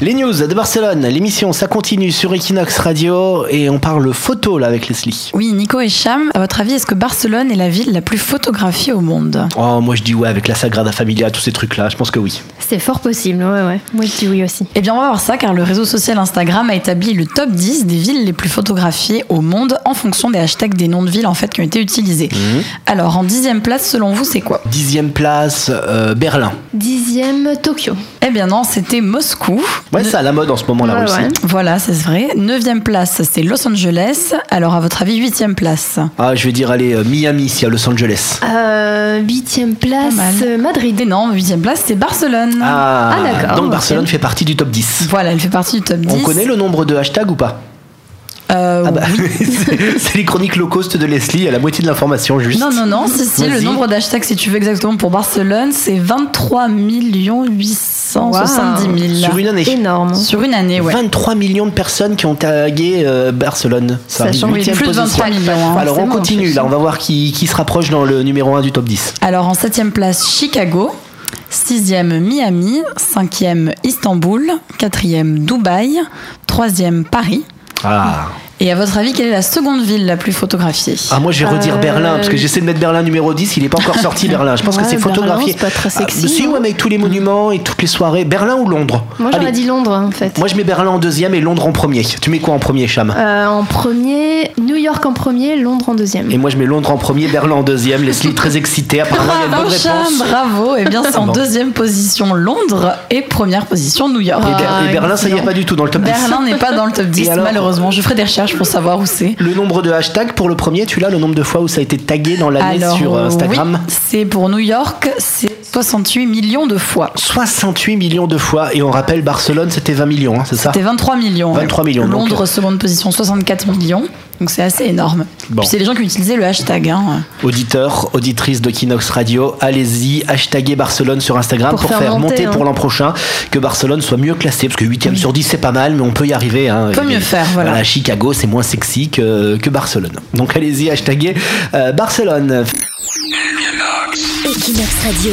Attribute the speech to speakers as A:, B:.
A: Les news de Barcelone, l'émission ça continue sur Equinox Radio et on parle photo là avec Leslie.
B: Oui, Nico et Cham, à votre avis, est-ce que Barcelone est la ville la plus photographiée au monde
A: Oh moi je dis ouais avec la Sagrada Familia, tous ces trucs là, je pense que oui.
C: C'est fort possible, ouais, ouais. Moi, je dis oui aussi.
B: Eh bien, on va voir ça car le réseau social Instagram a établi le top 10 des villes les plus photographiées au monde en fonction des hashtags des noms de villes en fait qui ont été utilisés.
A: Mhm.
B: Alors, en dixième place, selon vous, c'est quoi
A: Dixième place, euh, Berlin.
C: Dixième, Tokyo.
B: Eh bien non, c'était Moscou.
A: Ouais
B: Ne-
A: c'est à la mode en ce moment la
C: Ouais,
A: Russie.
C: ouais.
B: Voilà, c'est vrai. Neuvième place, c'est Los Angeles. Alors, à votre avis, huitième place
A: Ah je vais dire allez euh, Miami si à Los Angeles.
C: Euh, huitième place,
B: Pas mal.
C: euh, Madrid.
B: Et non, huitième place, c'est Barcelone.
A: Ah,
C: Ah, d'accord,
A: donc
C: ok.
A: Barcelone fait partie du top 10.
B: Voilà, elle fait partie du top 10.
A: On connaît le nombre de hashtags ou pas
B: Euh,
A: Ah bah c'est c'est les chroniques low cost de Leslie, à la moitié de l'information juste.
B: Non, non, non, si, si, le
A: Vas-y.
B: nombre d'hashtags, si tu veux exactement pour Barcelone, c'est 23 870 000.
A: Sur une année.
C: Énorme.
B: Sur une année, ouais.
A: 23 millions de personnes qui ont tagué euh, Barcelone. Ça
C: Sachant
A: arrive
C: oui,
A: huitième
B: plus de
A: position.
B: 23 millions. hein.
A: Alors on
C: forcément, en
A: continue,
C: plus.
A: là on va voir qui, qui se rapproche dans le numéro 1 du top 10.
B: Alors en septième place, Chicago. Sixième, Miami. Cinquième, Istanbul. Quatrième, Dubaï. Troisième, Paris.
A: Ah,
B: Et à votre avis, quelle est la seconde ville la plus photographiée
A: moi je vais redire
C: Euh,
A: Berlin, parce que j'essaie de mettre Berlin numéro 10, il n'est pas encore sorti Berlin. Je pense que
C: Ouais,
A: c'est
C: Berlin,
A: photographié.
C: c'est pas très sexy,
A: Ah, si,
C: non
A: ouais, mais avec tous les monuments et toutes les soirées. Berlin ou Londres
C: Moi, j'aurais
A: Allez.
C: dit Londres, hein, en fait.
A: Moi je mets Berlin en deuxième et Londres en premier. Tu mets quoi en premier, Cham
C: Euh, en premier, New York en premier, Londres en deuxième.
A: Et moi je mets Londres en premier, Berlin en deuxième. Leslie très excitée, apparemment il y a une bonne
B: Bravo, Cham,
A: réponse.
B: bravo. Eh bien, c'est en
A: Bon.
B: deuxième position Londres et première position New York.
A: Et, Ber-
C: Ah,
A: et Berlin, ça y est
C: excellent.
A: pas du tout dans le top 10.
B: Berlin n'est pas dans le top 10,
A: alors
B: malheureusement. Je ferai des recherches pour savoir où c'est.
A: Le nombre de hashtags pour le premier, tu l'as, le nombre de fois où ça a été tagué dans l'année
B: Alors,
A: sur
B: euh,
A: Instagram
B: oui, c'est pour New York, c'est 68 millions de fois.
A: 68 millions de fois. Et on rappelle, Barcelone, c'était 20 millions, hein, c'est ça
B: C'était 23 millions.
A: 23 millions, donc.
B: Londres, seconde position, 64 millions. Donc c'est assez énorme.
A: Bon.
B: Puis c'est les gens qui utilisaient le hashtag. hein.
A: Auditeurs, auditrices de Kinox Radio, allez-y, hashtaguez Barcelone sur Instagram pour,
C: Pour
A: faire,
C: faire monter,
A: monter
C: hein.
A: pour l'an prochain que Barcelone soit mieux classé. Parce que 8ème sur 10, c'est pas mal, mais on peut y arriver. Hein,
B: Peut
A: Et-
B: mieux faire, voilà.
A: Chicago, c'est moins sexy que, que Barcelone. Donc allez-y, hashtaguez euh, Barcelone.
D: Equinox Radio.